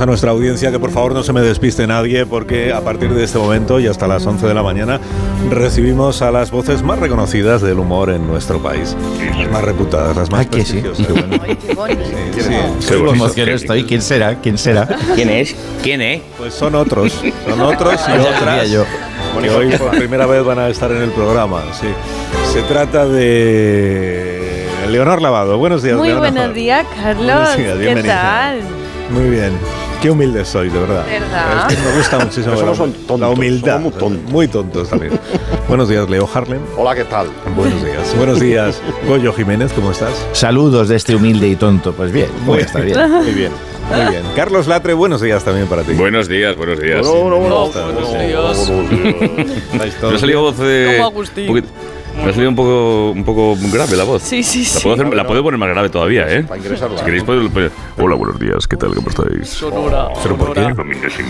a nuestra audiencia que por favor no se me despiste nadie porque a partir de este momento y hasta las 11 de la mañana recibimos a las voces más reconocidas del humor en nuestro país. Las más reputadas, las más Aquí Ah, sí. prestigiosas. Bueno, sí, sí, Qué emocionado estoy. ¿Quién será? ¿Quién será? ¿Quién es? ¿Quién es? Pues son otros, son otros y Ya sabía otras. yo. Bueno, y hoy por primera vez van a estar en el programa, sí. Se trata de Leonor Lavado. Buenos días, Muy Leonor. buenos días, Carlos. Buenos días, ¿Qué bienvenida. tal? Muy bien. Qué humildes sois, de verdad. ¿Verdad? Es que me gusta muchísimo Pero somos la, tontos, la humildad. somos muy tontos. Muy tontos también. Buenos días, Leo Harlem. Hola, ¿qué tal? Buenos días. Buenos días, Goyo Jiménez, ¿cómo estás? Saludos de este humilde y tonto. Pues bien, voy a estar bien. Muy bien, muy bien. Carlos Latre, buenos días también para ti. Buenos días, buenos días. Bueno, bueno, está, bueno, buenos bueno, buenos días. ¿Estáis todos me ha salido voz de. Como Agustín. un poquito- me ha salido un poco, un poco grave la voz. Sí, sí, La sí. puedo, hacer- la puedo poner más grave todavía, ¿eh? Para ingresarla. Si queréis, podéis poner- Hola, buenos días, ¿qué tal? ¿Cómo estáis? Sonora. ¿Pero por qué?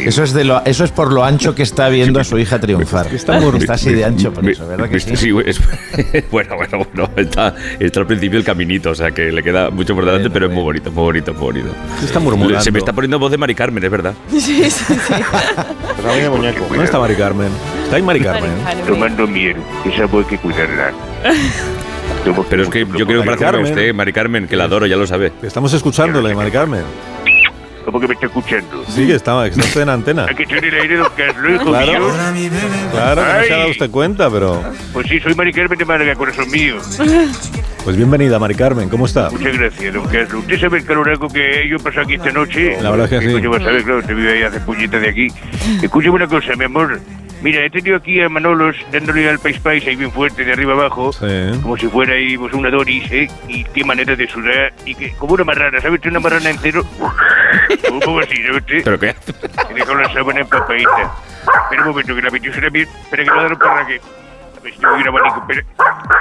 Eso es, de lo, eso es por lo ancho que está viendo a su hija triunfar. está muy- Está así de ancho por Me- eso, ¿verdad que viste, sí? güey, es- bueno, bueno, bueno. Está, está al principio el caminito, o sea que le queda mucho por delante, Bueno, pero es muy bueno. bonito, muy bonito, muy bonito. Se está murmurando. Se me está poniendo voz de Mari Carmen, es verdad. Sí, sí, sí. Pues a mí me muñeco. ¿Dónde está Mari Carmen? ¿Está ahí Mari Carmen? Tomando Pero es que yo creo que Mari parece a Carmen. usted, Mari Carmen, que la adoro, ya lo sabe. Estamos escuchándole, Mari Carmen. ¿Cómo que me está escuchando? Sí, que está, está usted en antena. Aquí estoy en el aire, don Carlos, hijo Claro, mío. claro, que no se ha dado Ay. usted cuenta, pero... Pues sí, soy Mari Carmen de Málaga, corazón mío. Pues bienvenida, Mari Carmen, ¿cómo está? Muchas gracias, don Carlos. ¿Usted sabe el caloraco que yo he pasado aquí esta noche? pues La verdad es que sí. Yo vas a ver, claro, se vive ahí hace puñetas de aquí. Escúchame una cosa, mi amor. Mira, he tenido aquí a Manolos dándole al Pais Pais ahí bien fuerte, de arriba abajo. Sí. Como si fuera ahí, pues, una Doris, ¿eh? Y qué manera de sudar. Y que, como una marrana, ¿sabes? Una marrana entero. Un poco así, ¿sabes? usted? ¿Pero qué hace? He dejado la sábana empapadita. Espera un momento, que la pitusa también. Espera que me va a dar un parraque. A ver si tengo un abanico. Espera.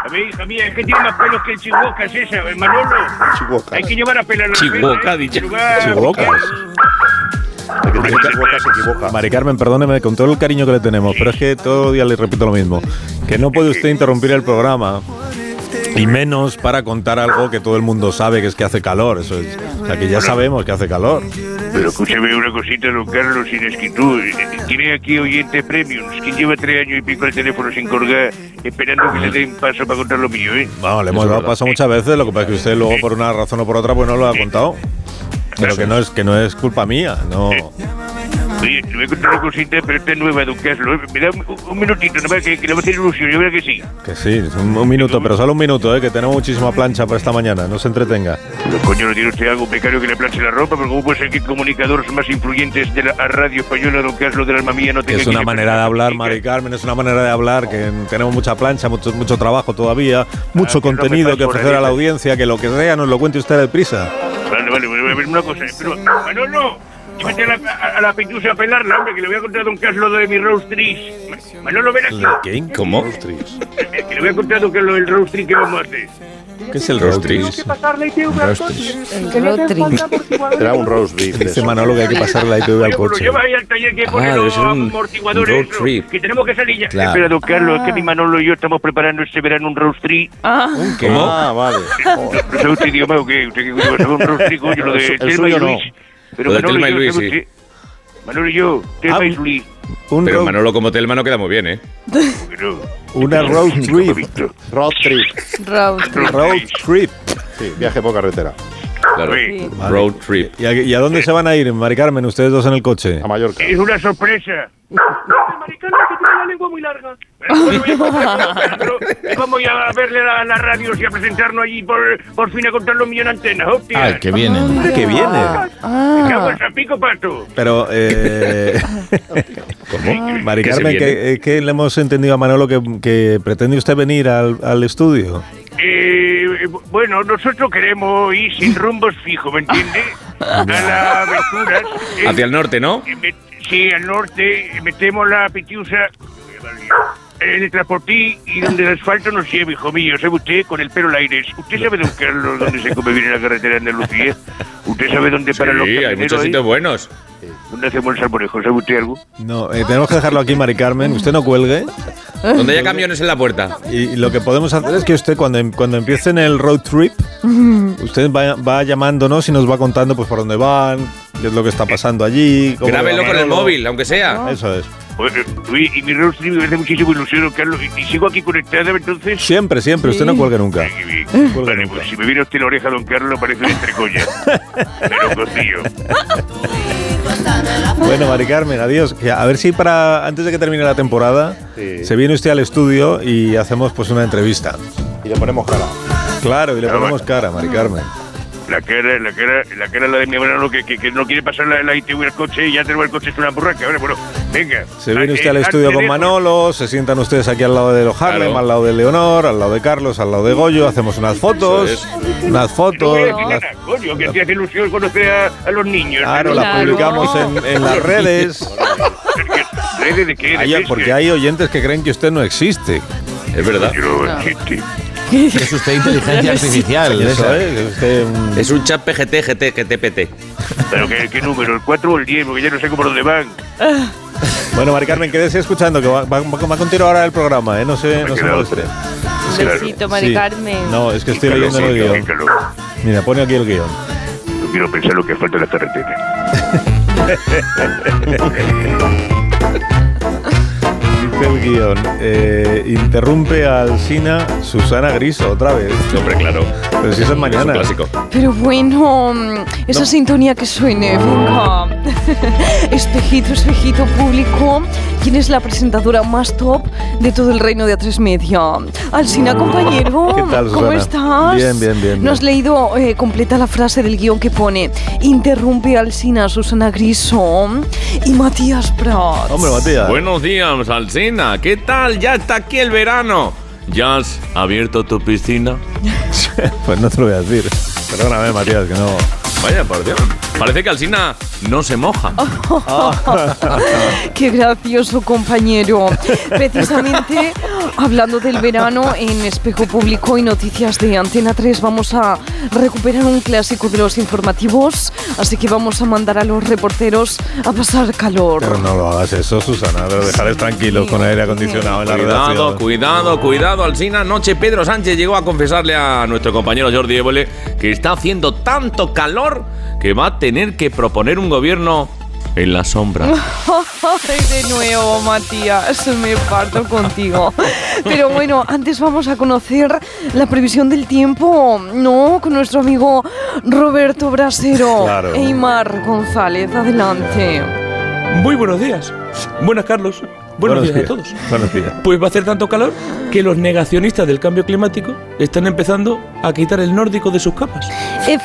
A ver, hija mía, es que tiene más pelos que el chihuahua, es esa, el Manolo. Chihuahua. Hay que llevar a pelar los Chihuahua, pelos, ¿eh? dicho. En lugar- Chihuahua. El que tiene Chihuahua se equivoca. Mari Carmen, perdóneme, con todo el cariño que le tenemos, pero es que todo el día le repito lo mismo, que no puede usted interrumpir el programa. Y menos para contar algo que todo el mundo sabe, que es que hace calor. Eso es, o sea, que ya sabemos que hace calor. Pero escúchame una cosita, don Carlos, sin escritura. Tiene aquí oyente premiums. ¿Quién lleva tres años y pico el teléfono sin colgar, esperando que le den paso para contar lo mío, eh? Vamos, le hemos dado paso muchas veces, lo que pasa es que usted luego por una razón o por otra pues no lo ha contado. Pero que no es que no es culpa mía, no. Oye, le voy a contar una cosita, pero esta es nueva, don Carlos. ¿eh? Me da un, un minutito, nomás que, que le va a hacer ilusión, yo verá que sí. Que sí, es un, un minuto, pero solo un minuto, eh, que tenemos muchísima plancha para esta mañana, no se entretenga. Pero, coño, no tiene usted algo becario que le planche la ropa, porque cómo puede ser que el comunicador más influyentes de la radio española, don Carlos del alma mía, no Que tenga es quien una le manera de preste hablar, la Mari música? Carmen, es una manera de hablar, que tenemos mucha plancha, mucho, mucho trabajo todavía, mucho que no me contenido que paso, ofrecer a la Rebeca. audiencia, que lo que sea nos lo cuente usted deprisa. Vale, vale, voy a ver una cosa. eh, Pero, Manolo, llévate a la, a, a la pitusa a pelarla, hombre, que le voy a contar a don Carlos lo de mi roast tree. Ma- Manolo, ven aquí. ¿Qué? ¿Cómo? Eh, Que le voy a contar a don Carlos el roast tree que vamos a hacer. Ah, ¿Qué es el roast Roast tree? beef. El rotring. Era un roast beef. de Dice eso. Manolo que hay que pasar la ITV al Oye, pues lo coche. llevas ahí al taller que Ah, pone los es un amortiguadores. road eso, trip. Que tenemos que salir ya. Claro. Espera, don Carlos, que mi Manolo y yo estamos preparando este verano un roast tree. Ah, ¿Cómo? Ah, vale. Joder. ¿No sabe usted idioma o qué? ¿Usted qué conoce? un roast coño? Lo de El Telma y suyo no. Luis. Pero Lo de Manolo Telma y y yo, Luis, ¿sabe sí. usted? Manolo y yo, Telma y Ah, Luis. Un Pero road- Manolo como Telma no queda muy bien, ¿eh? Pero, una road trip. Road trip. roast. Road trip. Sí, viaje por carretera. Claro. Sí. Road trip. ¿Y a, y a dónde se van a ir, Mari Carmen, ustedes dos en el coche? A Mallorca. Es una sorpresa. Maricano, que tiene la lengua muy larga. eh, Vamos ya a verle a las radios y a presentarnos allí por, por fin a contar los millones de antenas, hostia. Ay, que vienen. Que Ah. viene. Ah. Me cago en San pico, pato. Pero, eh, ¿Cómo? Mari ¿Que se Carmen, viene? ¿qué, eh, qué le hemos entendido a Manolo que, que pretende usted venir al, al estudio? Eh, bueno, nosotros queremos ir sin rumbos fijos, ¿me entiende? a las aventuras. ¿eh? Hacia el norte, ¿no? Eh, met- Sí, al norte, eh, metemos la pitiusa eh, en el transportí y donde el asfalto nos lleve, hijo mío. ¿Sabe usted? Con el pelo al aire. ¿Usted sabe, don Carlos, dónde se come bien la carretera de Andalucía? ¿Usted sabe dónde Sí, paran los hay camioneros? muchos sitios ahí? Eh, buenos. ¿Dónde hacemos el salmorejo? ¿Sabe usted algo? No, eh, tenemos que dejarlo aquí, Mari Carmen. Usted no cuelgue. Donde haya camiones en la puerta. Y lo que podemos hacer es que usted, cuando, em- cuando empiecen el road trip, usted va, va llamándonos y nos va contando pues por dónde van, qué es lo que está pasando allí. cómo le va Grábelo con el Manolo. móvil, aunque sea. Eso es. Oye, eh, oye, y mi road trip me hace muchísimo ilusión, don Carlos. ¿Y, y sigo aquí conectada entonces? Siempre, siempre. Usted no cuelgue nunca. Ay, qué bien. Vale, pues si me viene usted la oreja, don Carlos, parece una entrecolla. Pero cocido. Bueno, Mari Carmen, adiós. Que A ver si para antes de que termine la temporada Sí. se viene usted al estudio y hacemos pues una entrevista. Y le ponemos cara. Claro, y le Claro, ponemos cara, Mari Carmen. La cara, la cara, la cara es la de mi abuelo que, que, que no quiere pasar la, la ITV al coche y ya tengo el coche es una burraca. Ahora, bueno, venga. Se viene Ah, usted al eh, estudio antes con de- Manolo, se sientan ustedes aquí al lado de los Harlem, Claro. al lado de Leonor, al lado de Carlos, al lado de Goyo, hacemos unas fotos, Eso unas No fotos, voy a decir las- nada, coño, que te hace ilusión conocer a, a los niños. claro, ¿no? las Claro. publicamos en, en las redes, ¿Redes de qué? ¿De Hay- qué? porque hay oyentes que creen que usted no existe. Es verdad. Pero, este, Es usted inteligencia artificial. de Eso esa. es, que usted, mm, Es un chat PGT, GT, GTPT. pero ¿qué, ¿qué número? ¿El 4 o el 10? Porque ya no sé cómo dónde van. Bueno, Mari Carmen, quédese escuchando, que va, va- va a continuar ahora el programa, ¿eh? no se, no se Claro. moleste. Un Claro. besito, Mari Sí. Carmen. No, es que estoy Qué leyendo el calorcito, guión. qué calor. Mira, pone aquí el guión. No quiero pensar lo que falta en las carreteras. Dice el guión. eh, interrumpe al Sina Susana Griso otra vez. Hombre, claro. Pero si eso es mañana. Es un clásico. Pero bueno, mm, esa sintonía que suene, venga. espejito, espejito público, ¿quién es la presentadora más top de todo el reino de A3 Media? Alsina, compañero, ¿Qué tal, ¿cómo Susana? estás? Bien, bien, bien, No has leído eh, completa la frase del guión que pone Interrumpe Alsina, Susana Griso y Matías Prats. Hombre, Matías. Buenos días, Alcina. ¿Qué tal? Ya está aquí el verano. ¿Ya has abierto tu piscina? Pues no te lo voy a decir. Perdóname, Matías, que no. Vaya, por Dios. Parece que Alcina no se moja. Oh. Qué gracioso compañero. Precisamente hablando del verano en Espejo Público y Noticias de Antena 3 vamos a recuperar un clásico de los informativos, así que vamos a mandar a los reporteros a pasar Pero calor. no lo hagas eso, Susana. Pero dejarles tranquilos con aire acondicionado en la Cuidado, redacción. cuidado, cuidado, Alsina. Noche Pedro Sánchez llegó a confesarle a nuestro compañero Jordi Évole que está haciendo tanto calor que va a tener que proponer un gobierno en la sombra. Ay, de nuevo, Matías, me parto contigo. Pero bueno, antes vamos a conocer la previsión del tiempo, ¿no? Con nuestro amigo Roberto Brasero Claro. Eymar González. Adelante. Muy buenos días. Buenas, Carlos. Buenos, días, a todos. Buenos días. Pues va a hacer tanto calor que los negacionistas del cambio climático están empezando a quitar el nórdico de sus capas.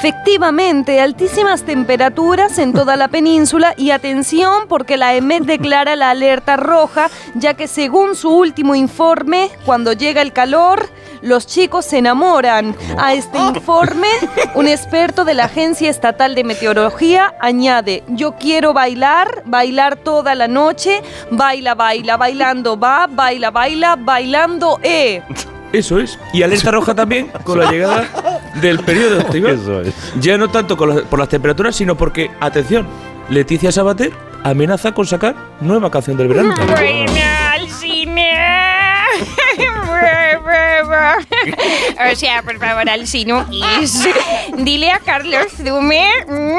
Efectivamente, altísimas temperaturas en toda la península y atención porque la EMET declara la alerta roja, ya que según su último informe, cuando llega el calor, los chicos se enamoran. A este informe, un experto de la Agencia Estatal de Meteorología añade, yo quiero bailar, bailar toda la noche, baila, baila, bailando va, baila, baila, bailando e. Eso es. Y alerta roja también con la llegada del periodo Eso estival. es. Ya no tanto con las- por las temperaturas, sino porque, atención, Leticia Sabater amenaza con sacar nueva canción del verano. Al cine. o sea, por favor, al cine. Dile a Carlos Zumer mm,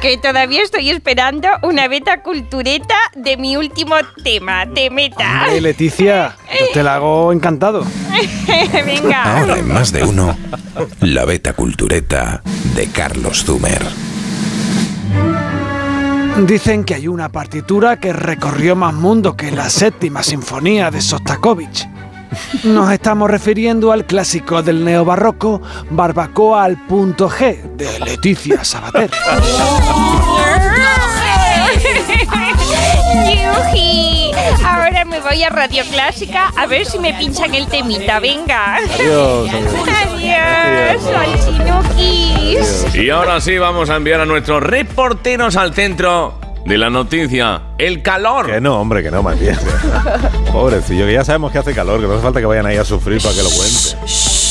que todavía estoy esperando una beta cultureta de mi último tema, temeta. Hombre, Leticia, yo te la hago encantado. Venga. Ahora en más de uno, la beta cultureta de Carlos Zumer. Dicen que hay una partitura que recorrió más mundo que la séptima sinfonía de Sostakovich. Nos estamos refiriendo al clásico del neobarroco Barbacoa al punto G de Leticia Sabater. Yuji, ahora me voy voy a Radio Clásica a ver si me pinchan el temita. Venga. Adiós. Adiós, Alcinukis. Y ahora sí vamos a enviar a nuestros reporteros al centro de la noticia. El calor. Que no, hombre, que no, más bien. Pobrecillo, que ya sabemos que hace calor, que no hace falta que vayan ahí a sufrir para que lo cuente.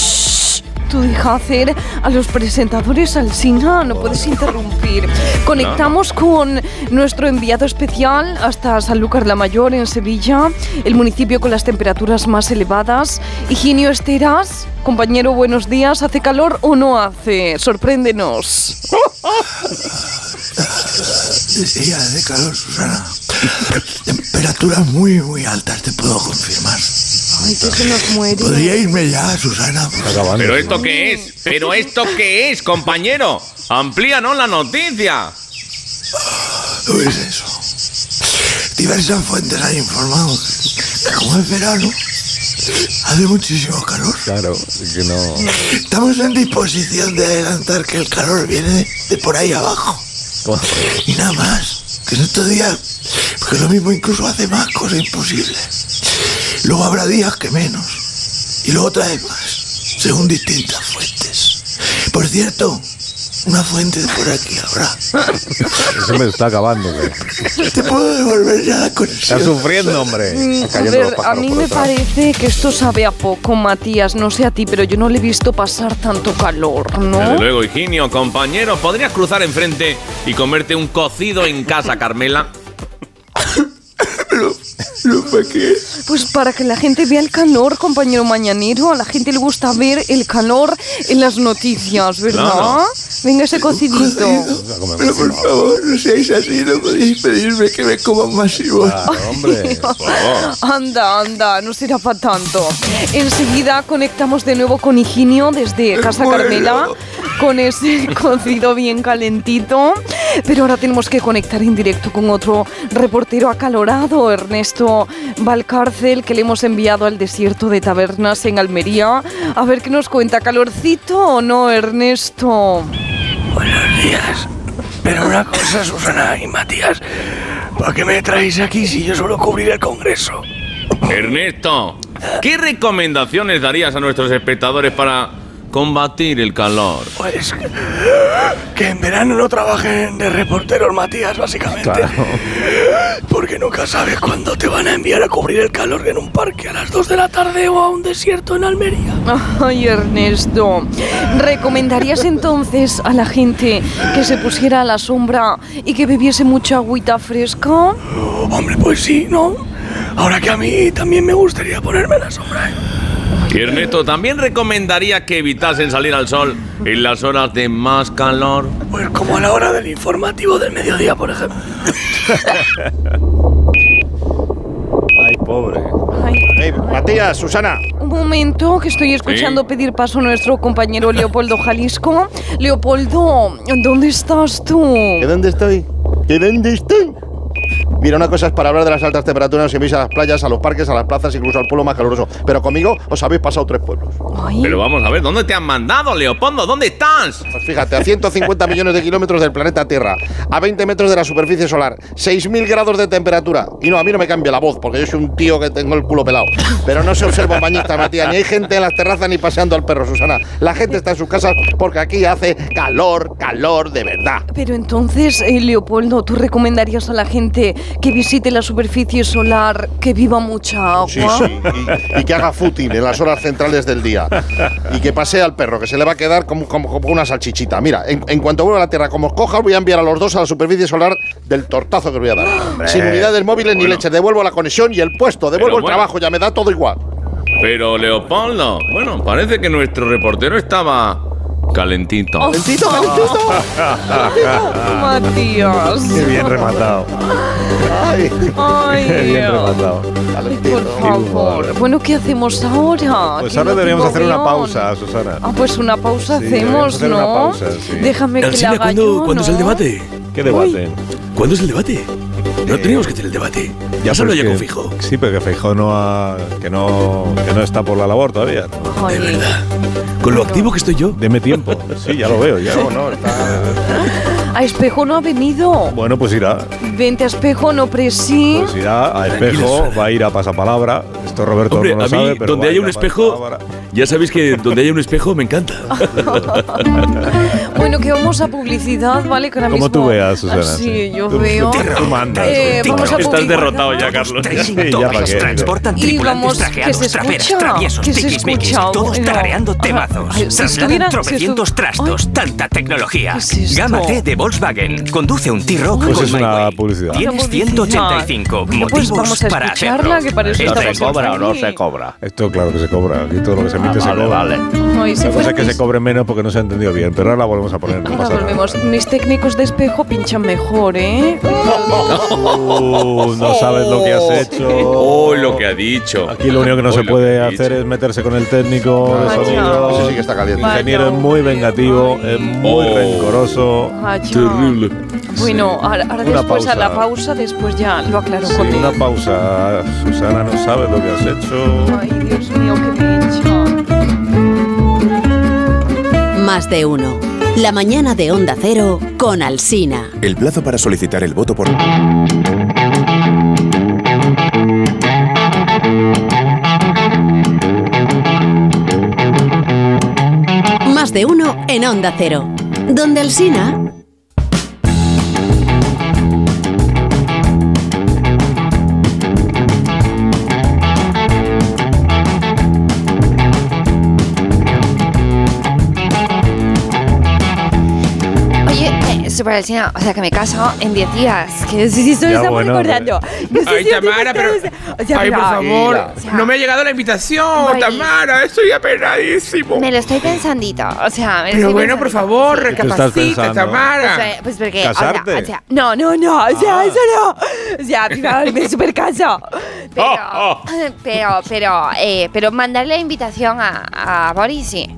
Tú deja hacer a los presentadores al Sina, no puedes interrumpir. Conectamos con nuestro enviado especial hasta Sanlúcar la Mayor, en Sevilla, el municipio con las temperaturas más elevadas. Higinio Esteras, compañero, buenos días. ¿Hace calor o no hace? Sorpréndenos. Día de calor, eh, Susana. Temperaturas muy, muy altas, te puedo confirmar. Ay, que se nos muere. Podría irme ya, Susana. ¿Pero esto qué es? ¿Pero esto qué es, compañero? Amplíanos la noticia. ¿Tú ves eso? Diversas fuentes han informado que como es verano, hace muchísimo calor. Claro, que no. Estamos en disposición de adelantar que el calor viene de por ahí abajo. Y nada más, que en estos días, porque lo mismo incluso hace más cosas imposibles. Luego habrá días que menos, y luego otra vez más, según distintas fuentes. Por cierto, una fuente de por aquí habrá. Se me está acabando, ¿eh? güey. Te puedo devolver ya la conexión. Está sufriendo, hombre. Mm, A ver, a mí me parece que esto sabe a poco, Matías. No sé a ti, pero yo no le he visto pasar tanto calor, ¿no? Desde luego, Higinio, compañero, ¿podrías cruzar enfrente y comerte un cocido en casa, Carmela? Pues para que la gente vea el calor, compañero mañanero. A la gente le gusta ver el calor en las noticias, ¿verdad? Claro. Venga ese cocidito. Pero por favor, no seáis así, no podéis pedirme que me coman masivos. hombre. Anda, anda, no será para tanto. Enseguida conectamos de nuevo con Higinio desde Casa muero. Carmela, con ese cocido bien calentito. Pero ahora tenemos que conectar en directo con otro reportero acalorado, Ernesto Valcárcel, que le hemos enviado al desierto de tabernas en Almería. A ver qué nos cuenta, ¿calorcito o no, Ernesto? días. Pero una cosa, Susana y Matías, ¿para qué me traéis aquí si yo suelo cubrir el Congreso? Ernesto, ¿qué recomendaciones darías a nuestros espectadores para combatir el calor? Pues que en verano no trabajen de reporteros, Matías, básicamente. Porque nunca sabes cuándo te van a enviar a cubrir el calor en un parque a las 2 de la tarde o a un desierto en Almería. Ay, Ernesto, ¿recomendarías entonces a la gente que se pusiera a la sombra y que bebiese mucha agüita fresca? Hombre, pues sí, ¿no? Ahora que a mí también me gustaría ponerme la sombra. ¿eh? Y Ernesto, ¿también recomendaría que evitasen salir al sol en las horas de más calor? Pues como a la hora del informativo del mediodía, por ejemplo. Ay, pobre. Matías, Susana. Un momento, que estoy escuchando pedir paso a nuestro compañero Leopoldo Jalisco. Leopoldo, ¿dónde estás tú? ¿De dónde estoy? ¿De dónde estoy? Mira, una cosa es para hablar de las altas temperaturas que vais a las playas, a los parques, a las plazas, incluso al pueblo más caluroso. Pero conmigo os habéis pasado tres pueblos. Pero vamos a ver, ¿dónde te han mandado, Leopoldo? ¿Dónde estás? Pues fíjate, a 150 millones de kilómetros del planeta Tierra, a 20 metros de la superficie solar, 6.000 grados de temperatura. Y no, a mí no me cambia la voz, porque yo soy un tío que tengo el culo pelado. Pero no se observa bañista, Matías, ni hay gente en las terrazas ni paseando al perro, Susana. La gente está en sus casas porque aquí hace calor, calor de verdad. Pero entonces, eh, Leopoldo, ¿tú recomendarías a la gente que visite la superficie solar, que viva mucha agua? Sí, sí, y, y que haga footing en las horas centrales del día. Y que pase al perro, que se le va a quedar como, como- como una salchichita. Mira, en, en cuanto vuelva a la Tierra, como os coja, voy a enviar a los dos a la superficie solar del tortazo que os voy a dar. Sin unidades móviles ni leche, devuelvo la conexión y el puesto, devuelvo Pero el bueno. trabajo, ya me da todo igual. Pero Leopoldo, bueno, parece que nuestro reportero estaba Oh, calentito. Calentito, Matías. Qué bien rematado. Ay, Qué bien Dios. rematado. Por favor. Bueno, ¿qué hacemos ahora? Pues Que ahora no deberíamos tengo hacer una guión. pausa, Susana. Ah, pues una pausa Sí, deberíamos hacemos, hacer ¿no? una pausa, sí. Déjame que la Alcina, haga ¿cuándo- yo, cuándo es ¿no? el debate? ¿Qué debate? Eh, ¿Cuándo es el debate? No teníamos que hacer el debate. Ya, Ya se habló pero es ya con que- Fijo. Sí, pero que Fijo no, ha- que no, que no está por la labor todavía. Ay. Con lo activo que estoy yo. Deme tiempo. Sí, ya lo veo. Ya. No, no, está- A Espejo no ha venido. Bueno, pues irá. Vente a Espejo, no presi. Pues irá a Tranquila, espejo, Susana. va a ir a pasapalabra. Esto Roberto Hombre, no lo a mí, sabe, pero donde va a haya ir un a espejo, ya sabéis que donde haya un espejo me encanta. Bueno, que vamos a publicidad, ¿vale? Que ahora Como mismo- tú veas, Susana, Ah, Sí, sí. yo Tú- veo. tú mandas, Eh, tú vamos a mandas. publicidad. derrotado ya, Carlos. Sí, ya pa' qué. Y vamos, que se escucha, que se escucha. todos bueno. tarareando Ah, temazos. ay, si Trasladan estuviera- si tropecientos trastos. Tanta tecnología. esto? Gama D de Volkswagen. Conduce un T-Rock Pues con es una MyWay. publicidad. Tienes publicidad. 185 Bueno, pues motivos vamos a para escucharla, hacerlo. que para eso estamos aquí. cobra? Esto claro que se cobra. Aquí todo lo que se emite se vale, cobra. vale. No, y si La cosa es que fuera- se cobre menos porque no se ha entendido bien, pero ahora la volvemos a poner. No Ahora pasa nada. volvemos. Mis técnicos de espejo pinchan mejor, ¿eh? Uh, no sabes lo que has hecho. Oh, lo que ha dicho. Aquí lo único que no se puede hacer es meterse con el técnico de Vaya. sonido. Eso sí que está caliente. El ingeniero es muy vengativo, es muy Oh. rencoroso. Vaya. Terrible. Bueno, ahora, ahora Una después a la pausa. pausa, después ya lo aclaro Sí, con él. una pausa. Susana, no sabes lo que has hecho. Ay, Dios mío, qué me he hecho. Más de uno. La mañana de Onda Cero con Alsina. El plazo para solicitar el voto por... Más de uno en Onda Cero. Donde Alsina. Oye, eh, super Alcina, o sea que me caso en 10 días. Que sí, sí, Ya, estamos bueno, eh. recordando. No sé Ay, si os Tamara, pero. digo ustedes- o sea, Ay, pero- por favor. O sea, No me ha llegado la invitación, Mari. Tamara. Estoy apenadísimo. Me lo estoy pensandito. O sea, me lo Pero estoy bueno, por favor, ¿Qué tú estás recapacita, pensando? Tamara. O sea, pues porque. o sea, ¿Casarte? o sea, no, no, no. O Ah. sea, eso no. O sea, primero me super caso. Pero, Ah, pero, pero, eh, pero mandarle la invitación a, a Boris, sí.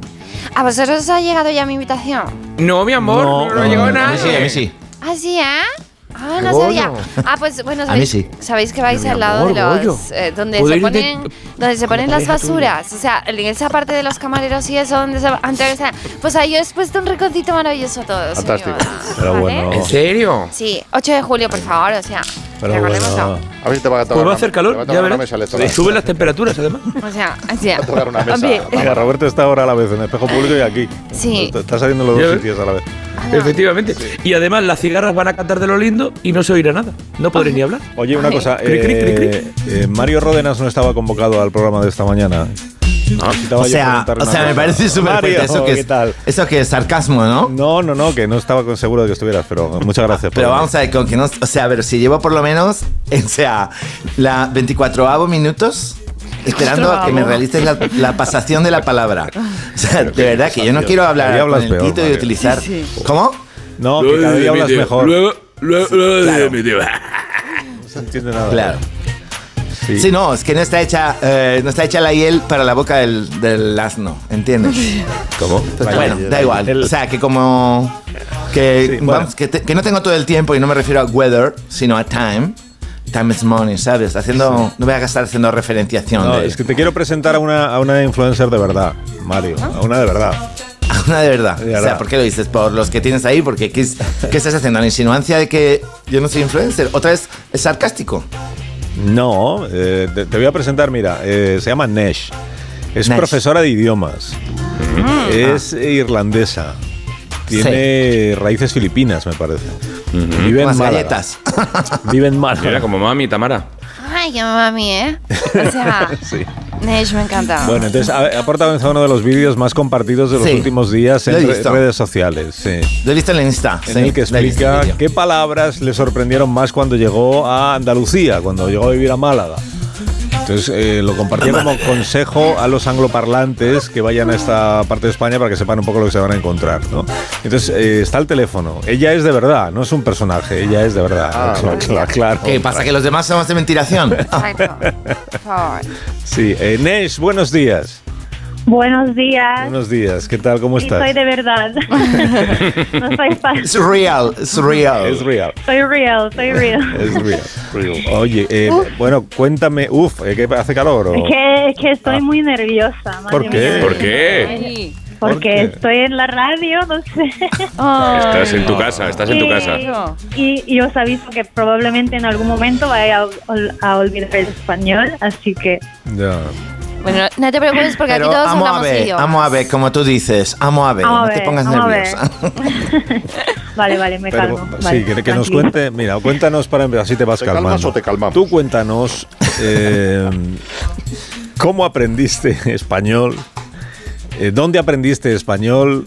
¿A vosotros os ha llegado ya mi invitación? No, mi amor, no, no ha llegado A mí nada. sí, a mí sí. ¿Ah, sí, eh? Ah, no Bollo. sabía. Ah, pues bueno, A sabéis, mí sí. sabéis que vais Pero, mi al lado amor, de los. bollo. eh, donde, Puedo se ir de- ponen, donde se ponen las basuras. O sea, en esa parte de los camareros y eso, donde se. Antes, o sea, pues ahí os he puesto un rinconcito maravilloso a todos. Fantástico. señora. Pero bueno. ¿En serio? Sí, 8 de julio, por favor, o sea. Pero bueno. A ver si te va a Pues va a hacer calor, ya verás. electoral. Suben las temperaturas, además. O sea, o sea. tocar una mesa. Hombre, Mira, Roberto está ahora a la vez en el espejo público y aquí. Sí. Está- Está saliendo en los Ya dos ves. sitios a la vez. Ah. Efectivamente. Y además, las cigarras van a cantar de lo lindo y no se oirá nada. No Ah. podré ni hablar. Oye, una cosa. Cri, cri, cri, cri. eh, eh, Mario Rodenas no estaba convocado al programa de esta mañana. Ah. Necesitaba O yo sea, preguntarle o una sea, me cosa. parece súper Mario, fuerte. Eso que ¿qué es, tal? eso que es sarcasmo, ¿no? No, no, no, que no estaba con- seguro de que estuvieras, pero muchas gracias. por Pero venir. vamos a ver, con que no, o sea, a ver, si llevo por lo menos, o sea, la 24 minutos esperando a que me realices la, la pasación de la palabra. O sea, de verdad que yo no quiero Cada hablar día con hablas el peor, Tito y Mario. utilizar... ¿Cómo? No, que cada día hablas mejor. Luego, luego, luego Claro. de mi tío. No se entiende nada. Claro. Sí. Sí. no, es que no está hecha, eh, no está hecha la hiel para la boca del, del asno, ¿entiendes? ¿Cómo? bueno, da igual. O sea, que como. Que, Sí, bueno. vamos, que, te- que no tengo todo el tiempo y no me refiero a weather, sino a time. Time is money, ¿sabes? Haciendo, No voy a gastar haciendo referenciación. No, de, es que te quiero presentar a una, a una influencer de verdad, Mario. A una de verdad. Una de verdad. De O verdad. sea, ¿por qué lo dices? Por los que tienes ahí, porque ¿qué, es- qué estás haciendo? ¿La insinuancia de que yo no soy influencer? Otra vez es sarcástico. No, eh, te, te voy a presentar, mira, eh, se llama Nesh. Es Nesh. Mm. profesora de idiomas. Es irlandesa. Tiene raíces filipinas, me parece. Vive en Unas Málaga. galletas. Vive en Málaga. Era como mami, Tamara. Ay, qué mami, ¿eh? O Ah. sea, Sí. Nesh me encanta. Bueno, entonces ha, ha protagonizado uno de los vídeos más compartidos de los Sí. últimos días Lo he en re- visto. redes sociales. Sí. Lo he visto en el Insta. En sí, el que lo he visto en el explica vídeo. qué palabras le sorprendieron más cuando llegó a Andalucía, cuando llegó a vivir a Málaga. Entonces eh, lo compartía como consejo a los angloparlantes que vayan a esta parte de España para que sepan un poco lo que se van a encontrar. ¿no? Entonces eh, está el teléfono. Ella es de verdad, no es un personaje, ella es de verdad. claro, claro, claro. ¿Qué pasa? ¿Que los demás somos de mentiración? Exacto. Por favor. Sí, eh, Nesh, buenos días. Buenos días. Buenos días, ¿qué tal? ¿Cómo Sí, soy estás? de verdad. no soy falsa. Es real, es real. Es real. Soy real, soy real. Es real. Oye, eh, bueno, cuéntame, uf, eh, ¿qué hace calor? o- Ah. Es que, es que estoy muy nerviosa. madre ¿Por qué? mía. ¿Por qué? Ay, Porque estoy en la radio, no sé. Estás en tu casa, estás en tu Sí, casa. Y, y os aviso que probablemente en algún momento vaya a, ol- a olvidar el español, así que... Ya. Bueno, no te preocupes porque Ah. Pero aquí todos vamos a hablamos ver, idiomas. vamos a ver, como tú dices, vamos a ver, Vamos a no te ver, pongas vamos a ver. nerviosa. Vale, vale, me Pero, calmo. sí, vale, que, que nos tranquilo. cuente, mira, cuéntanos para empezar, así te vas ¿Te calmas calmando. o te calmamos? Tú cuéntanos eh, cómo aprendiste español, eh, dónde aprendiste español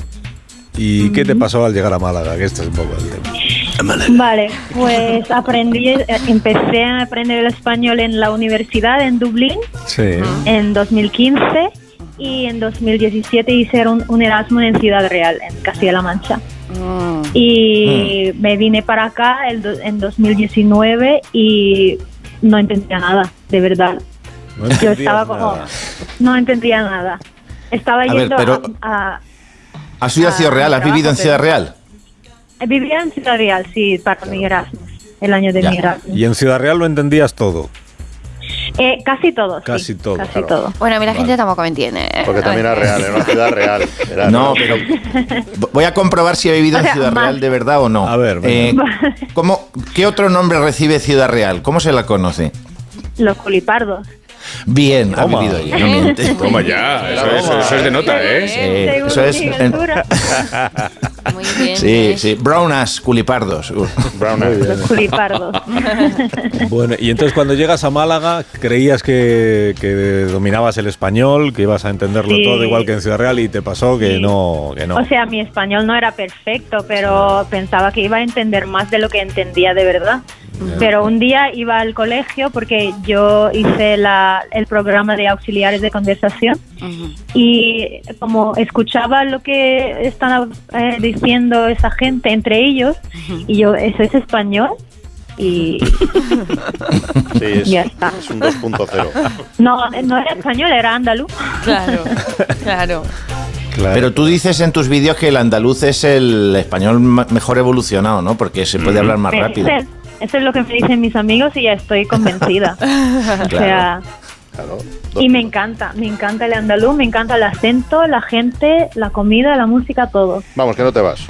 y qué te pasó al llegar a Málaga, que este es un poco el tema. Vale, pues aprendí, eh, empecé a aprender el español en la universidad en Dublín Sí. en 2015 y en 2017 hice un, un Erasmus en Ciudad Real, en Castilla-La Mancha. Y Mm. me vine para acá el do- en 2019 y no entendía nada, de verdad. No Yo entendías estaba como, nada. no entendía nada. Estaba A ver, yendo pero- a- a ¿Has sido a Ciudad Real? ¿Has trabajo, vivido en pero- Ciudad Real? Vivía en Ciudad Real, sí, para mi Erasmus, el año de Ya. mi Erasmus. Y en Ciudad Real lo entendías todo, Eh, casi todos. sí. casi todo. Casi todo. Bueno, a mí la gente tampoco me entiende. ¿eh? Porque también A era ver. real, era una ciudad real. Era No, real. pero voy a comprobar si he vivido O sea, en Ciudad más. Real de verdad o no. A ver, ¿cómo, ¿qué otro nombre recibe Ciudad Real? ¿Cómo se la conoce? Los colipardos. Bien, ha Toma. vivido ahí, no miente. Toma ya, eso, eso- eso es de nota, Sí, ¿eh? eso es. mi altura. Muy bien. Sí, sí. Brownas, culipardos. Los culipardos. Bueno, y entonces cuando llegas a Málaga, creías que, que dominabas el español, que ibas a entenderlo Sí. todo igual que en Ciudad Real y te pasó que no, que no. O sea, mi español no era perfecto, pero pensaba que iba a entender más de lo que entendía de verdad. Pero un día iba al colegio porque yo hice la- el programa de auxiliares de conversación y como escuchaba lo que están eh, diciendo esa gente entre ellos y yo, ¿eso es español? Y Sí, es, Ya está. es un 2.0. no, no era español, era andaluz. Claro, claro. Pero tú dices en tus vídeos que el andaluz es el español ma- mejor evolucionado, ¿no? Porque se puede hablar más Me rápido. dicen- Eh, Eso es lo que me dicen mis amigos y ya estoy convencida. O sea, y me encanta, me encanta el andaluz, me encanta el acento, la gente, la comida, la música, todo. Vamos, que no te vas.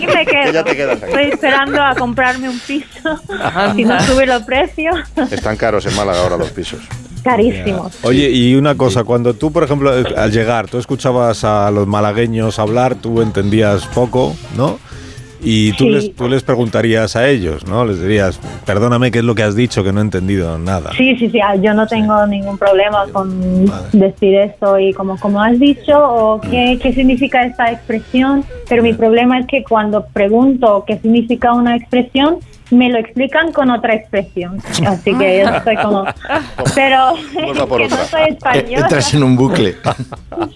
Y me Que quedo. ya te quedas Estoy aquí. esperando a comprarme un piso. Anda. Si no sube los precios, Están caros en Málaga ahora los pisos. carísimo. Oye, y una cosa, cuando tú, por ejemplo, eh, al llegar, tú escuchabas a los malagueños hablar, tú entendías poco, ¿no? Y tú, Sí. les, tú les preguntarías a ellos, ¿no? Les dirías, perdóname, ¿qué es lo que has dicho? Que no he entendido nada. Sí, sí, sí, ah, yo no tengo ningún problema con decir esto y como, como has dicho o qué, qué significa esta expresión, pero mi problema es que cuando pregunto qué significa una expresión, me lo explican con otra expresión. Así que yo estoy como, pero Vamos a por que no otra. soy Eh, español. Entras en un bucle.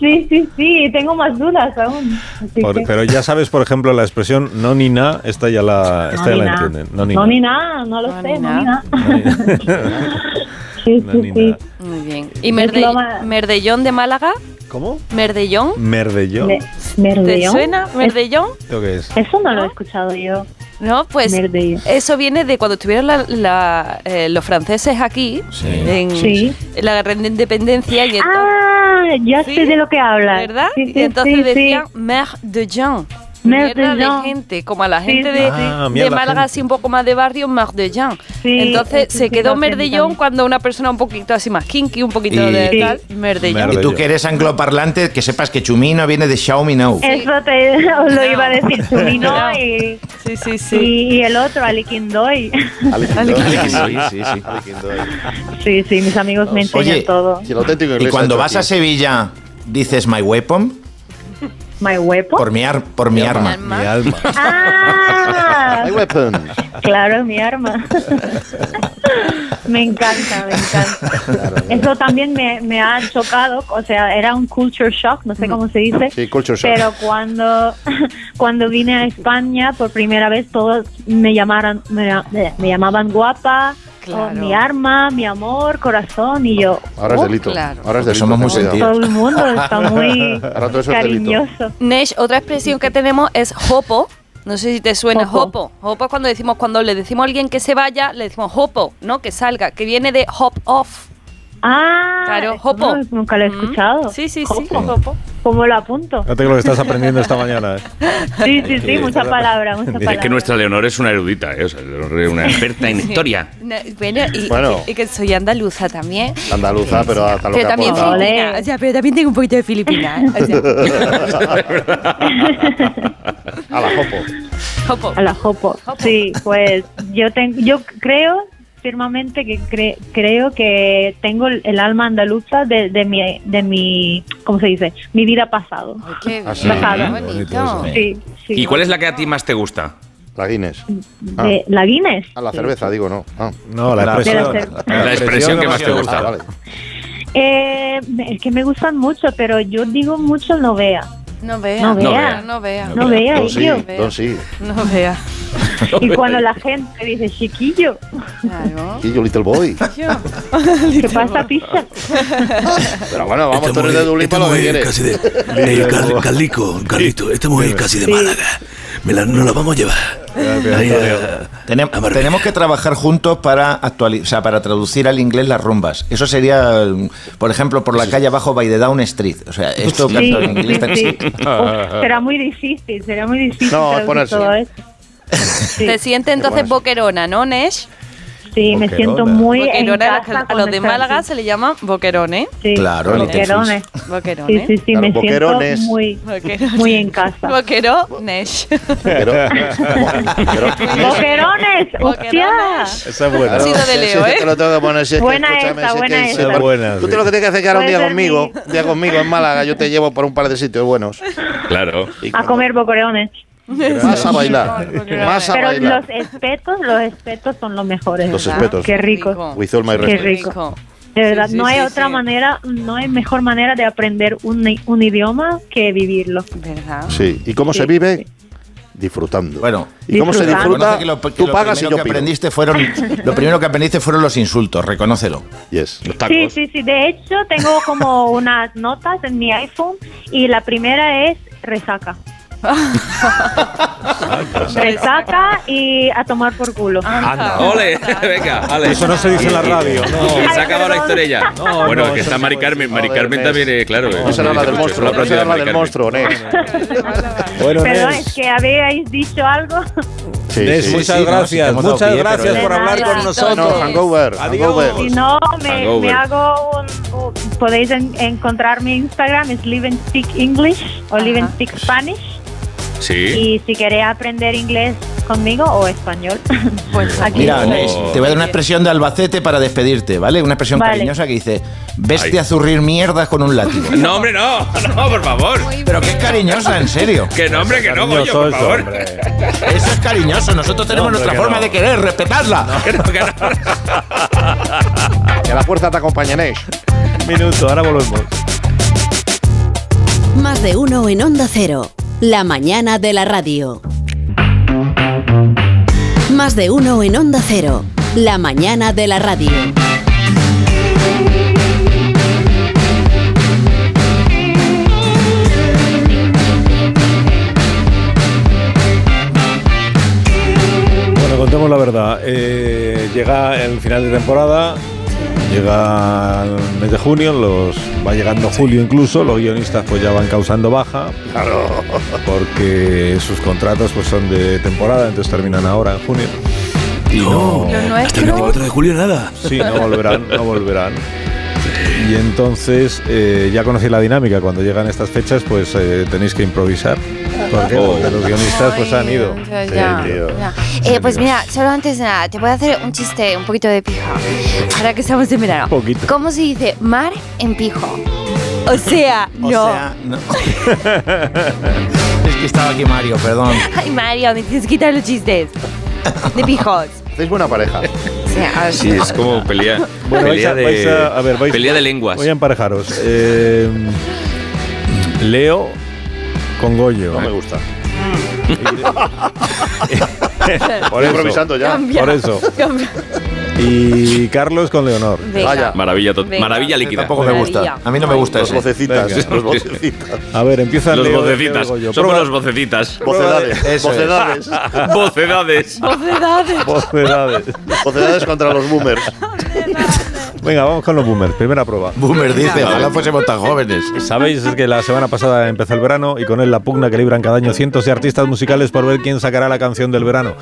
Sí, sí, sí, y tengo más dudas aún. Así Por- que- pero ya sabes, por ejemplo, la expresión no ni na, esta ya la, esta no, ya ni la nada. entienden. No ni no na. ni nada, no lo sé, no ni nada. No ni na. Muy bien. ¿Y Merde- Merdellón de Málaga? ¿Cómo? ¿Merdellón? Merdellón. Me- ¿Te Merdellón. suena Merdellón? ¿Esto qué es? Eso no lo he escuchado yo. No, pues Merdellón. eso viene de cuando estuvieron la- la- eh, los franceses aquí, Sí. en Sí. la gran independencia, y entonces, Ah, ya Sí, sé de lo que hablas. ¿verdad? Sí, sí, y entonces sí, sí. decían mer de Jean. Mer de Mierda de Jean. gente, como a la Sí, gente sí, de, sí. Ah, de mierda, Málaga, gente. así un poco más de barrio, mer de Jean. Sí, Entonces sí, sí, se sí, quedó lo siento Merdellón también. cuando una persona un poquito así más kinky, un poquito Y- de Sí. tal, mer de Jean. Y tú que eres angloparlante, que sepas que Chumino viene de Xiaomi Now. Eso te, os lo iba a decir Chumino No. y, Sí, sí, sí. y, y el otro, Aliquindoy. Sí, sí, sí. Sí, sí, mis amigos me enseñan Oye, todo. Si el auténtico Y inglés cuando está vas hecho a aquí. Sevilla, dices My Weapon My weapon. por mi, ar- por mi arma. alma. Mi alma. Ah, My weapon. claro, mi arma. me encanta, me encanta. Eso también me, me ha chocado, o sea, era un culture shock, no sé cómo se dice. Mm. Sí, culture shock. Pero cuando, cuando vine a España por primera vez, todos me llamaron, me, llam- me llamaban guapa, o Claro. mi arma, mi amor, corazón, y yo. Ahora es "Oh, delito. Ah. claro. Ahora es delito. Porque somos ten muy cuidado. sentidos. Todo el mundo está muy Ahora todo eso es delito. cariñoso. Nesh, otra expresión que tenemos es hopo. No sé si te suena Hopo. hopo. Hopo es cuando decimos, cuando le decimos a alguien que se vaya, le decimos hopo, ¿no? Que salga, que viene de hop off. Ah, Claro, eso Jopo. no, nunca lo he escuchado. Mm. Sí, sí, sí. Jopo. ¿Cómo lo apunto? Fíjate que lo que estás aprendiendo esta mañana. ¿eh? Sí, sí, sí, mucha palabra, mucha Es palabra. que nuestra Leonor es una erudita, ¿eh? O sea, Leonor es una experta en historia. No, bueno, y, Bueno. y que soy andaluza también. Andaluza, pero hasta lo Pero que también, aporta. filipina, o sea, pero también tengo un poquito de filipina. ¿eh? o sea. A la Jopo. Jopo. A la Jopo. Sí, pues yo ten- yo creo firmemente que cre- creo que tengo el el alma andaluza de, de mi de mi ¿cómo se dice? Mi vida pasado. Ah, sí. Pasado. Qué bonito eso. Sí, sí. ¿Y cuál es la que a ti más te gusta? La Guinness. Ah. De- la Guinness. A la Sí. cerveza, digo, no. Ah. No, la expresión. La expresión que más te gusta. vale. Eh, me- es que me gustan mucho, pero yo digo mucho no vea. No vea. No No vea. vea. No vea. No vea, Don sí, tío. don sí. No vea. Y cuando la gente dice chiquillo, Y yo, Little Boy. ¿qué pasa, pizza? Pero bueno, vamos, Esta tú eres de mujer- Dublín esta para lo que mujer quieres. casi de- de Cal- Carlico, Carlito, esta mujer es casi de Sí. Málaga. Me la, nos la vamos a llevar. Ahí, a- eh, Tenem- tenemos que trabajar juntos para actualizar, para traducir al inglés las rumbas. Eso sería, mm, por ejemplo, por la calle abajo by the Down Street. O sea, esto Sí, cantado sí, en inglés tan- sí. Será muy difícil, será muy difícil. No, traducir ponerse. todo esto. Te siente entonces bueno. boquerona, ¿no, Nesh? Sí, me siento muy en Boquerona, a los que- casa a cuando los de está Málaga así. se le llama boquerone. Sí. Claro, el Boquerones. Sí, Boquerone. sí, sí, me boquerones. siento muy, muy en casa. Boquero, Nesh. Pero, ¡Boquerones! Boquerona. ¡Hostias! Esa es buena. Ha sido de Leo, ¿eh? Te lo tengo que poner, si es que, Buena escúchame, esa, si es buena que- esa. si- Es buena, Tú sí. te lo que tienes que hacer es quedar un Puede día ser conmigo, un día conmigo en Málaga, yo te llevo por un par de sitios buenos. Claro. A comer boquerones. Vas a bailar, vas a Pero bailar. los espetos, los espetos son los mejores. Los ¿verdad? espetos. Qué rico. With all my Qué respect. rico. De verdad, Sí, sí, no hay sí, otra sí. manera, no hay mejor manera de aprender un, i- un idioma que vivirlo. ¿Verdad? Sí, ¿y cómo se vive? Disfrutando. Bueno, ¿y cómo se Disfrutando. disfruta? Reconoce que lo- que Tú lo pagas y yo primero que pido. aprendiste fueron Lo primero que aprendiste fueron los insultos, reconócelo. Yes. Los Sí, sí, sí. De hecho, tengo como unas notas en mi iPhone y la primera es resaca. resaca y a tomar por culo. ¡Ole! Venga, vale. Ah, Eso no se dice en la radio, no. Se ha acabado la historia ya. No, bueno, no, que eso está no Mari se Carmen. Mari puede decir. Carmen también, eh, claro. No será la del monstruo, no será la del monstruo, Ned. Bueno, Perdón, Nes, es que habéis dicho algo. Sí, Nes, sí, muchas sí, no, sí, te gracias. hemos dado muchas pie, pero- gracias por De hablar nada. con No, nosotros. hangover, Adiós. hangover. Si no, me, Hangover. me hago un, un- Podéis en- encontrar mi Instagram, es Live and Speak English o Live and Speak Spanish. Sí. Y si queréis aprender inglés conmigo o español, pues aquí Mira, estoy. Nes, te voy a dar una expresión de Albacete para despedirte, ¿vale? Una expresión Vale. cariñosa que dice, veste Ay. a zurrir mierdas con un látigo. No, hombre, no. No, por favor. Pero que es cariñosa, en serio. Que no, hombre, que no, Goyo, Cariñoso por eso, favor. hombre. Eso es cariñoso, nosotros tenemos No, hombre, nuestra que forma no. de querer, respetadla. Que no, que no. Que la fuerza te acompañe, Nes. Minuto, ahora volvemos. Más de uno en Onda Cero. La mañana de la radio. Más de uno en Onda Cero. La mañana de la radio. Bueno, contemos la verdad. Eh, llega el final de temporada, llega el mes de junio, los va llegando julio incluso, los guionistas pues ya van causando baja. Claro. Porque sus contratos pues son de temporada, entonces terminan ahora en junio. Y no, Hasta el 24 de julio nada. sí, no volverán, no volverán. Y entonces eh, ya conocí la dinámica, cuando llegan estas fechas pues eh, tenéis que improvisar. ¿Por qué? Porque los guionistas pues han ido. Ya, ya, Sí, tío. ya. Eh, pues mira, solo antes de nada, te voy a hacer un chiste, un poquito de pijo. Ahora que estamos en verano. Poquito. ¿Cómo se dice mar en pijo? O sea, no. no. es que estaba aquí Mario, perdón. Ay, Mario, me tienes que quitar los chistes. De pijos. Hacéis buena pareja. Sí, es como pelea. Bueno, vais pelea a, vais de, a- a ver, vais- pelea de lenguas. Voy a emparejaros. Eh, Leo con Goyo. eh. No me gusta. Por eso. improvisando ya. Por eso. Y Carlos con Leonor. Venga. Vaya. Maravilla, tot- Venga. maravilla líquida. Tampoco me gusta. Maravilla. A mí no me gusta Los eso. vocecitas, Venga. los vocecitas. A ver, empieza Los Leo. vocecitas. Leo Goyo. Somos Prueba- los vocecitas. Vocedades, Eso es. vocedades. Vocedades. Mocedades. Vocedades. Vocedades contra los boomers. Venga, vamos con los boomers. Primera prueba. Boomer dice, ojalá fuésemos tan jóvenes. Sabéis que la semana pasada empezó el verano y con él la pugna que libran cada año cientos de artistas musicales por ver quién sacará la canción del verano.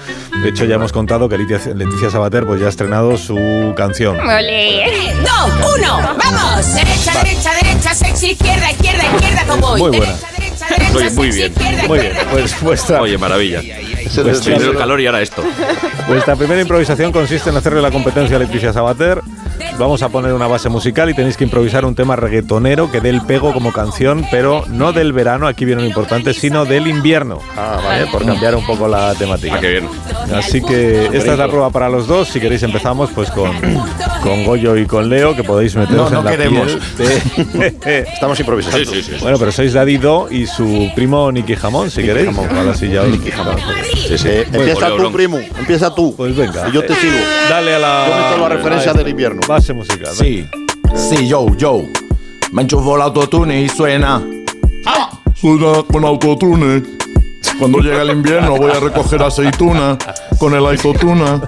De hecho, ya hemos contado que Leticia, Leticia Sabater pues, ya ha estrenado su canción. Ole. dos, uno, vamos. Derecha, derecha, derecha, sexy, izquierda, izquierda, izquierda, como Muy buena. Muy, muy bien. Muy bien, pues vuestra. Oye, maravilla. Se Pues nos- primero el calor y ahora esto. Vuestra Pues primera improvisación consiste en hacerle la competencia a Leticia Sabater. Vamos a poner una base musical y tenéis que improvisar un tema reggaetonero que dé el pego como canción, pero no del verano, aquí viene lo importante, sino del invierno. Ah, vale. Por cambiar un poco la temática. Ah, qué bien. Así que esta es la prueba para los dos. Si queréis empezamos pues con, con Goyo y con Leo, que podéis meteros No, no en la queremos. piel de- Estamos improvisando. Sí, sí, sí. Bueno, pero sois Daddy Do y su primo Nicky Jamón, si queréis. Ahora sí ya os- Eh, empieza Bueno, tú, primo. Empieza tú. Pues venga. Y yo te sigo. Dale a la. Yo meto la referencia del invierno. Ah, Base musical. Sí, sí, yo, yo. Me enchufo el autotune y suena. Ah. Suena con autotune. Cuando llega el invierno voy a recoger aceituna con el autotuna.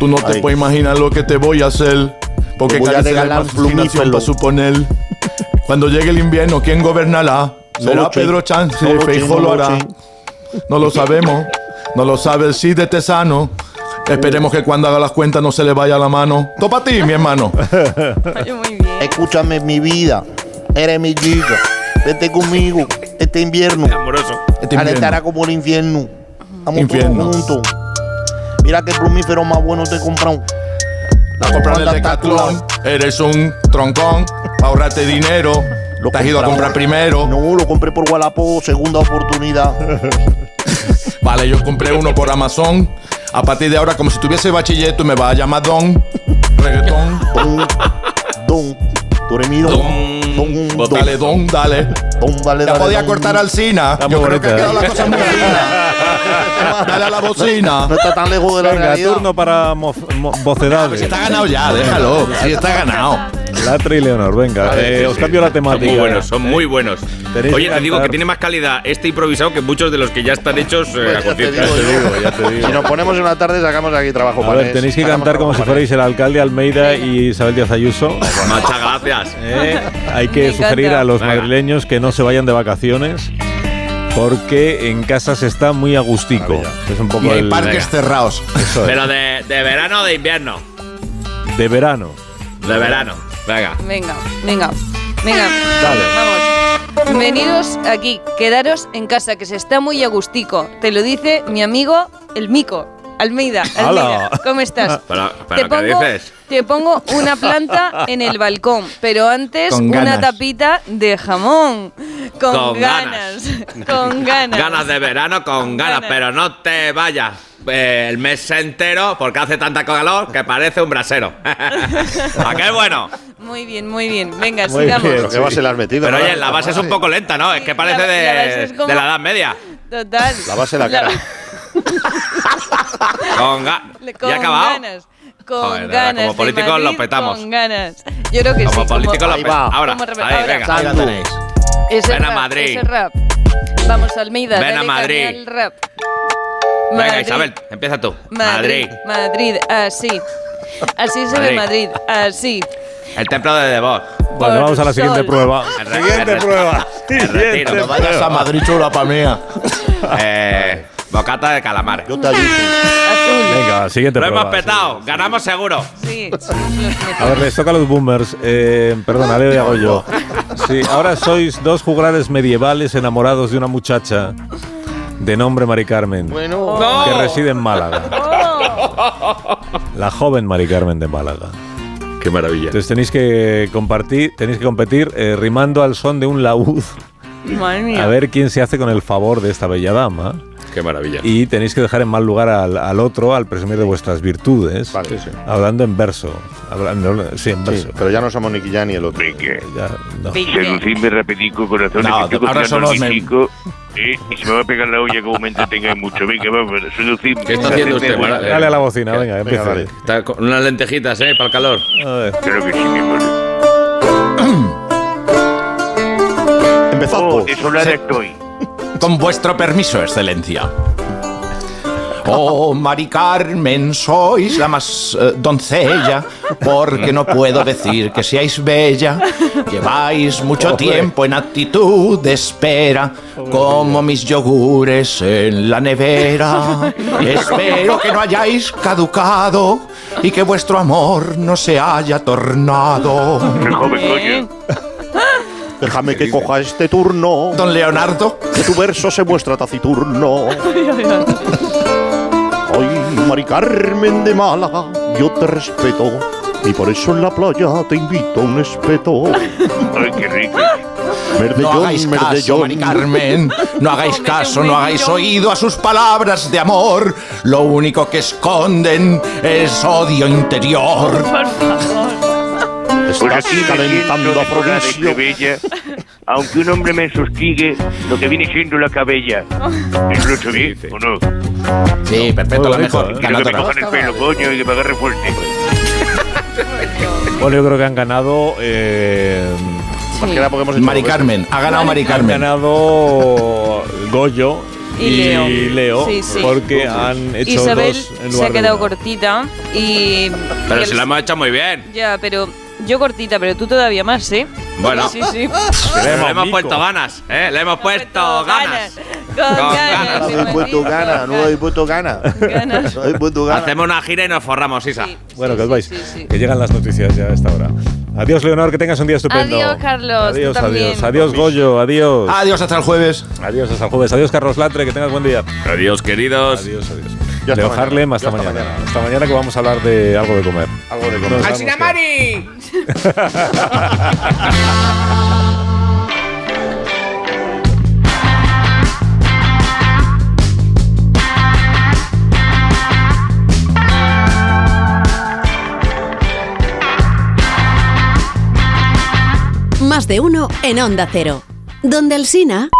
Tú no te Ay. puedes imaginar lo que te voy a hacer. Porque Te voy a carece de regalar imaginación plumífero. para suponer. Cuando llegue el invierno, ¿quién gobernará? ¿Será Solo Che. Pedro Chance? Solo Che, Feijóo solo lo hará? Che. No lo sabemos. No lo sabe el sí de Tesano. Esperemos que cuando haga las cuentas no se le vaya la mano. Topa ti, mi hermano. Escúchame, mi vida. Eres mi chica. Vete conmigo. Este invierno. Amoroso. Este Alentará como el infierno. Vamos Infierno. todos juntos. Mira qué plumífero más bueno te he comprado. La compras en el Decathlon, eres un troncón, ahorrate dinero, lo te has ido compramos. a comprar primero. No, lo compré por Wallapop, segunda oportunidad. Vale, yo compré uno por Amazon. A partir de ahora, como si tuviese bachiller, tú me vas a llamar Don. Reggaetón. Don. Don. Tú eres mío. Don. Don. Dale, Don, dale. Don, dale, Ya dale, podía don. cortar al Sina. Está Yo muy creo que ha bonita, quedado ¿eh? la cosa muy fina. Dale a la bocina. No está tan lejos de la Venga, realidad. turno para mof- mo- Pues vocedades. Está ganado ya, déjalo. Sí, está ganado. Latre y Leonor, venga. Vale, eh, sí, os sí. cambio la temática. eh. Son muy buenos, son muy buenos. Tenéis Oye, que te digo cantar. que tiene más calidad este improvisado que muchos de los que ya están hechos eh, a Pues Ya te conciencia. digo yo. Si nos ponemos en la tarde, sacamos aquí trabajo. A panes. ver, tenéis que Sacamos cantar como si trabajo, fuerais el alcalde Almeida y Isabel Díaz Ayuso. Macha, gracias. Eh, Hay que sugerir a los madrileños que no se vayan de vacaciones porque en casa se está muy agustico. Es un poco Y hay el- parques cerrados. Eso es. Pero de, de verano o de invierno. de verano. De verano. Venga. Venga, venga, venga. Dale. Vamos. Bienvenidos aquí. Quedaros en casa, que se está muy agustico. Te lo dice mi amigo el Mico. Almeida, Almeida, ¡Hala! ¿cómo estás? Ah, Pero- pero ¿qué dices? te pongo una planta en el balcón, pero antes Con una ganas. tapita de jamón. Con, Con ganas. Con ganas. Ganas de verano con ganas, pero no te vayas eh, el mes entero porque hace tanta calor que parece un brasero. ¿A qué es bueno? Muy bien, muy bien. Venga, Muy sigamos. bien, ¿qué base le has metido? Pero ¿no? oye, la base es un poco lenta, ¿no? Es que parece la- la base de, es como- de la Edad Media. Total. La base de la cara. Con ga- Con ¿Ya ha acabado? ganas. Con Joder, de verdad, ganas. como de políticos Madrid, lo petamos. Con ganas. Yo creo que Como sí. políticos lo Ahí peta- va. ahora, Como re- ahí, ahora. venga. Ahí la tenéis. Ese Ven a rap, Madrid. ese rap. Vamos, Almeida. Ven a dale Madrid. caña al rap. Venga, Madrid. Isabel, empieza tú. Madrid. Madrid. Madrid. Así. Así se ve Madrid. Madrid. Así. El templo de Devot. Bueno, vamos a la Sol. siguiente prueba. El re- Siguiente el re- prueba. el retiro. este Siguiente No vayas prueba. a Madrid. Chula pa' mía. Eh, bocata de calamares. Yo te Venga, siguiente Lo hemos prueba. petado. Ganamos seguro. Sí. A ver, les toca a los boomers. Eh, perdona, Leo y hago yo. Sí, ahora sois dos juglares medievales enamorados de una muchacha de nombre Mari Carmen, Bueno. que reside en Málaga. La joven Mari Carmen de Málaga. Qué maravilla. Entonces tenéis que compartir, tenéis que competir eh, rimando al son de un laúd Madre mía. a ver quién se hace con el favor de esta bella dama. Qué maravilla. Y tenéis que dejar en mal lugar al, al otro al presumir de vuestras virtudes, hablando en verso. Hablando- sí, en verso. Pero ya no somos Nicky Jam ni el otro. Ya, no. Seducirme rapidito, corazón. No, que estoy ahora cocinando solo el me- guisico, eh, y se me va a pegar la olla como me entretengáis mucho. Venga, vamos, seducirme. ¿Qué está haciendo usted? Bueno, eh, Dale a la bocina, venga, Venga, empieza. dale. Está con unas lentejitas, ¿eh? Para el calor. Creo que sí, mi amor. Empezó Oh, desolada estoy. Con vuestro permiso, excelencia. Oh, Mari Carmen, sois la más eh, doncella, porque no puedo decir que seáis bella. Lleváis mucho Hombre. tiempo en actitud de espera, como mis yogures en la nevera. Espero que no hayáis caducado y que vuestro amor no se haya tornado. Déjame que coja este turno. Don Leonardo. Que tu verso se muestra taciturno. Ay, Mari Carmen de Málaga, yo te respeto. Y por eso en la playa te invito a un espeto. Ay, qué rico. Merdellón, no hagáis caso, merdellón. Mari Carmen. No hagáis caso, no hagáis oído a sus palabras de amor. Lo único que esconden es odio interior. Estás así me calentando siento a decorada y Provicio. plebeya, Aunque un hombre me sostigue lo que viene siendo la cabella. ¿Es lo hecho bien o no? Sí, perfecto, Muy lo bonito, mejor. ¿eh? Quiero que me Ganadora. cojan el pelo, coño, y que me agarre fuerte. Bueno, yo creo que han ganado. eh, Más que nada porque hemos hecho Mari dos veces. Carmen, ha ganado Mari Han Carmen. ganado Goyo Y Leo. Sí, sí. porque han hecho Isabel dos en se ha lugar de quedado una. cortita y. y Pero el- se la hemos hecho muy bien. Ya, pero yo cortita, pero tú todavía más, ¿eh? Bueno. Sí, sí. Le hemos, mico. puesto ganas, ¿eh? Le hemos puesto ganas. Con Con ganas. No doy puto gana, no doy puto gana. No doy puto gana. Hacemos una gira y nos forramos, Isa. Bueno, que os vais. Que llegan las noticias ya a esta hora. Adiós, Leonor, que tengas un día estupendo. Adiós, Carlos, tú Adiós, también. adiós. Adiós, Goyo. Adiós. Adiós, hasta el jueves. Adiós, hasta el jueves. Adiós, Carlos Latre, que tengas buen día. Adiós, queridos. Adiós, adiós. Yo hasta Leo mañana. Harlem, hasta, Yo hasta mañana. Hasta mañana que vamos a hablar de algo de comer. Algo de No comer. sabemos qué. Mari! Más de uno en Onda Cero. Donde Alsina.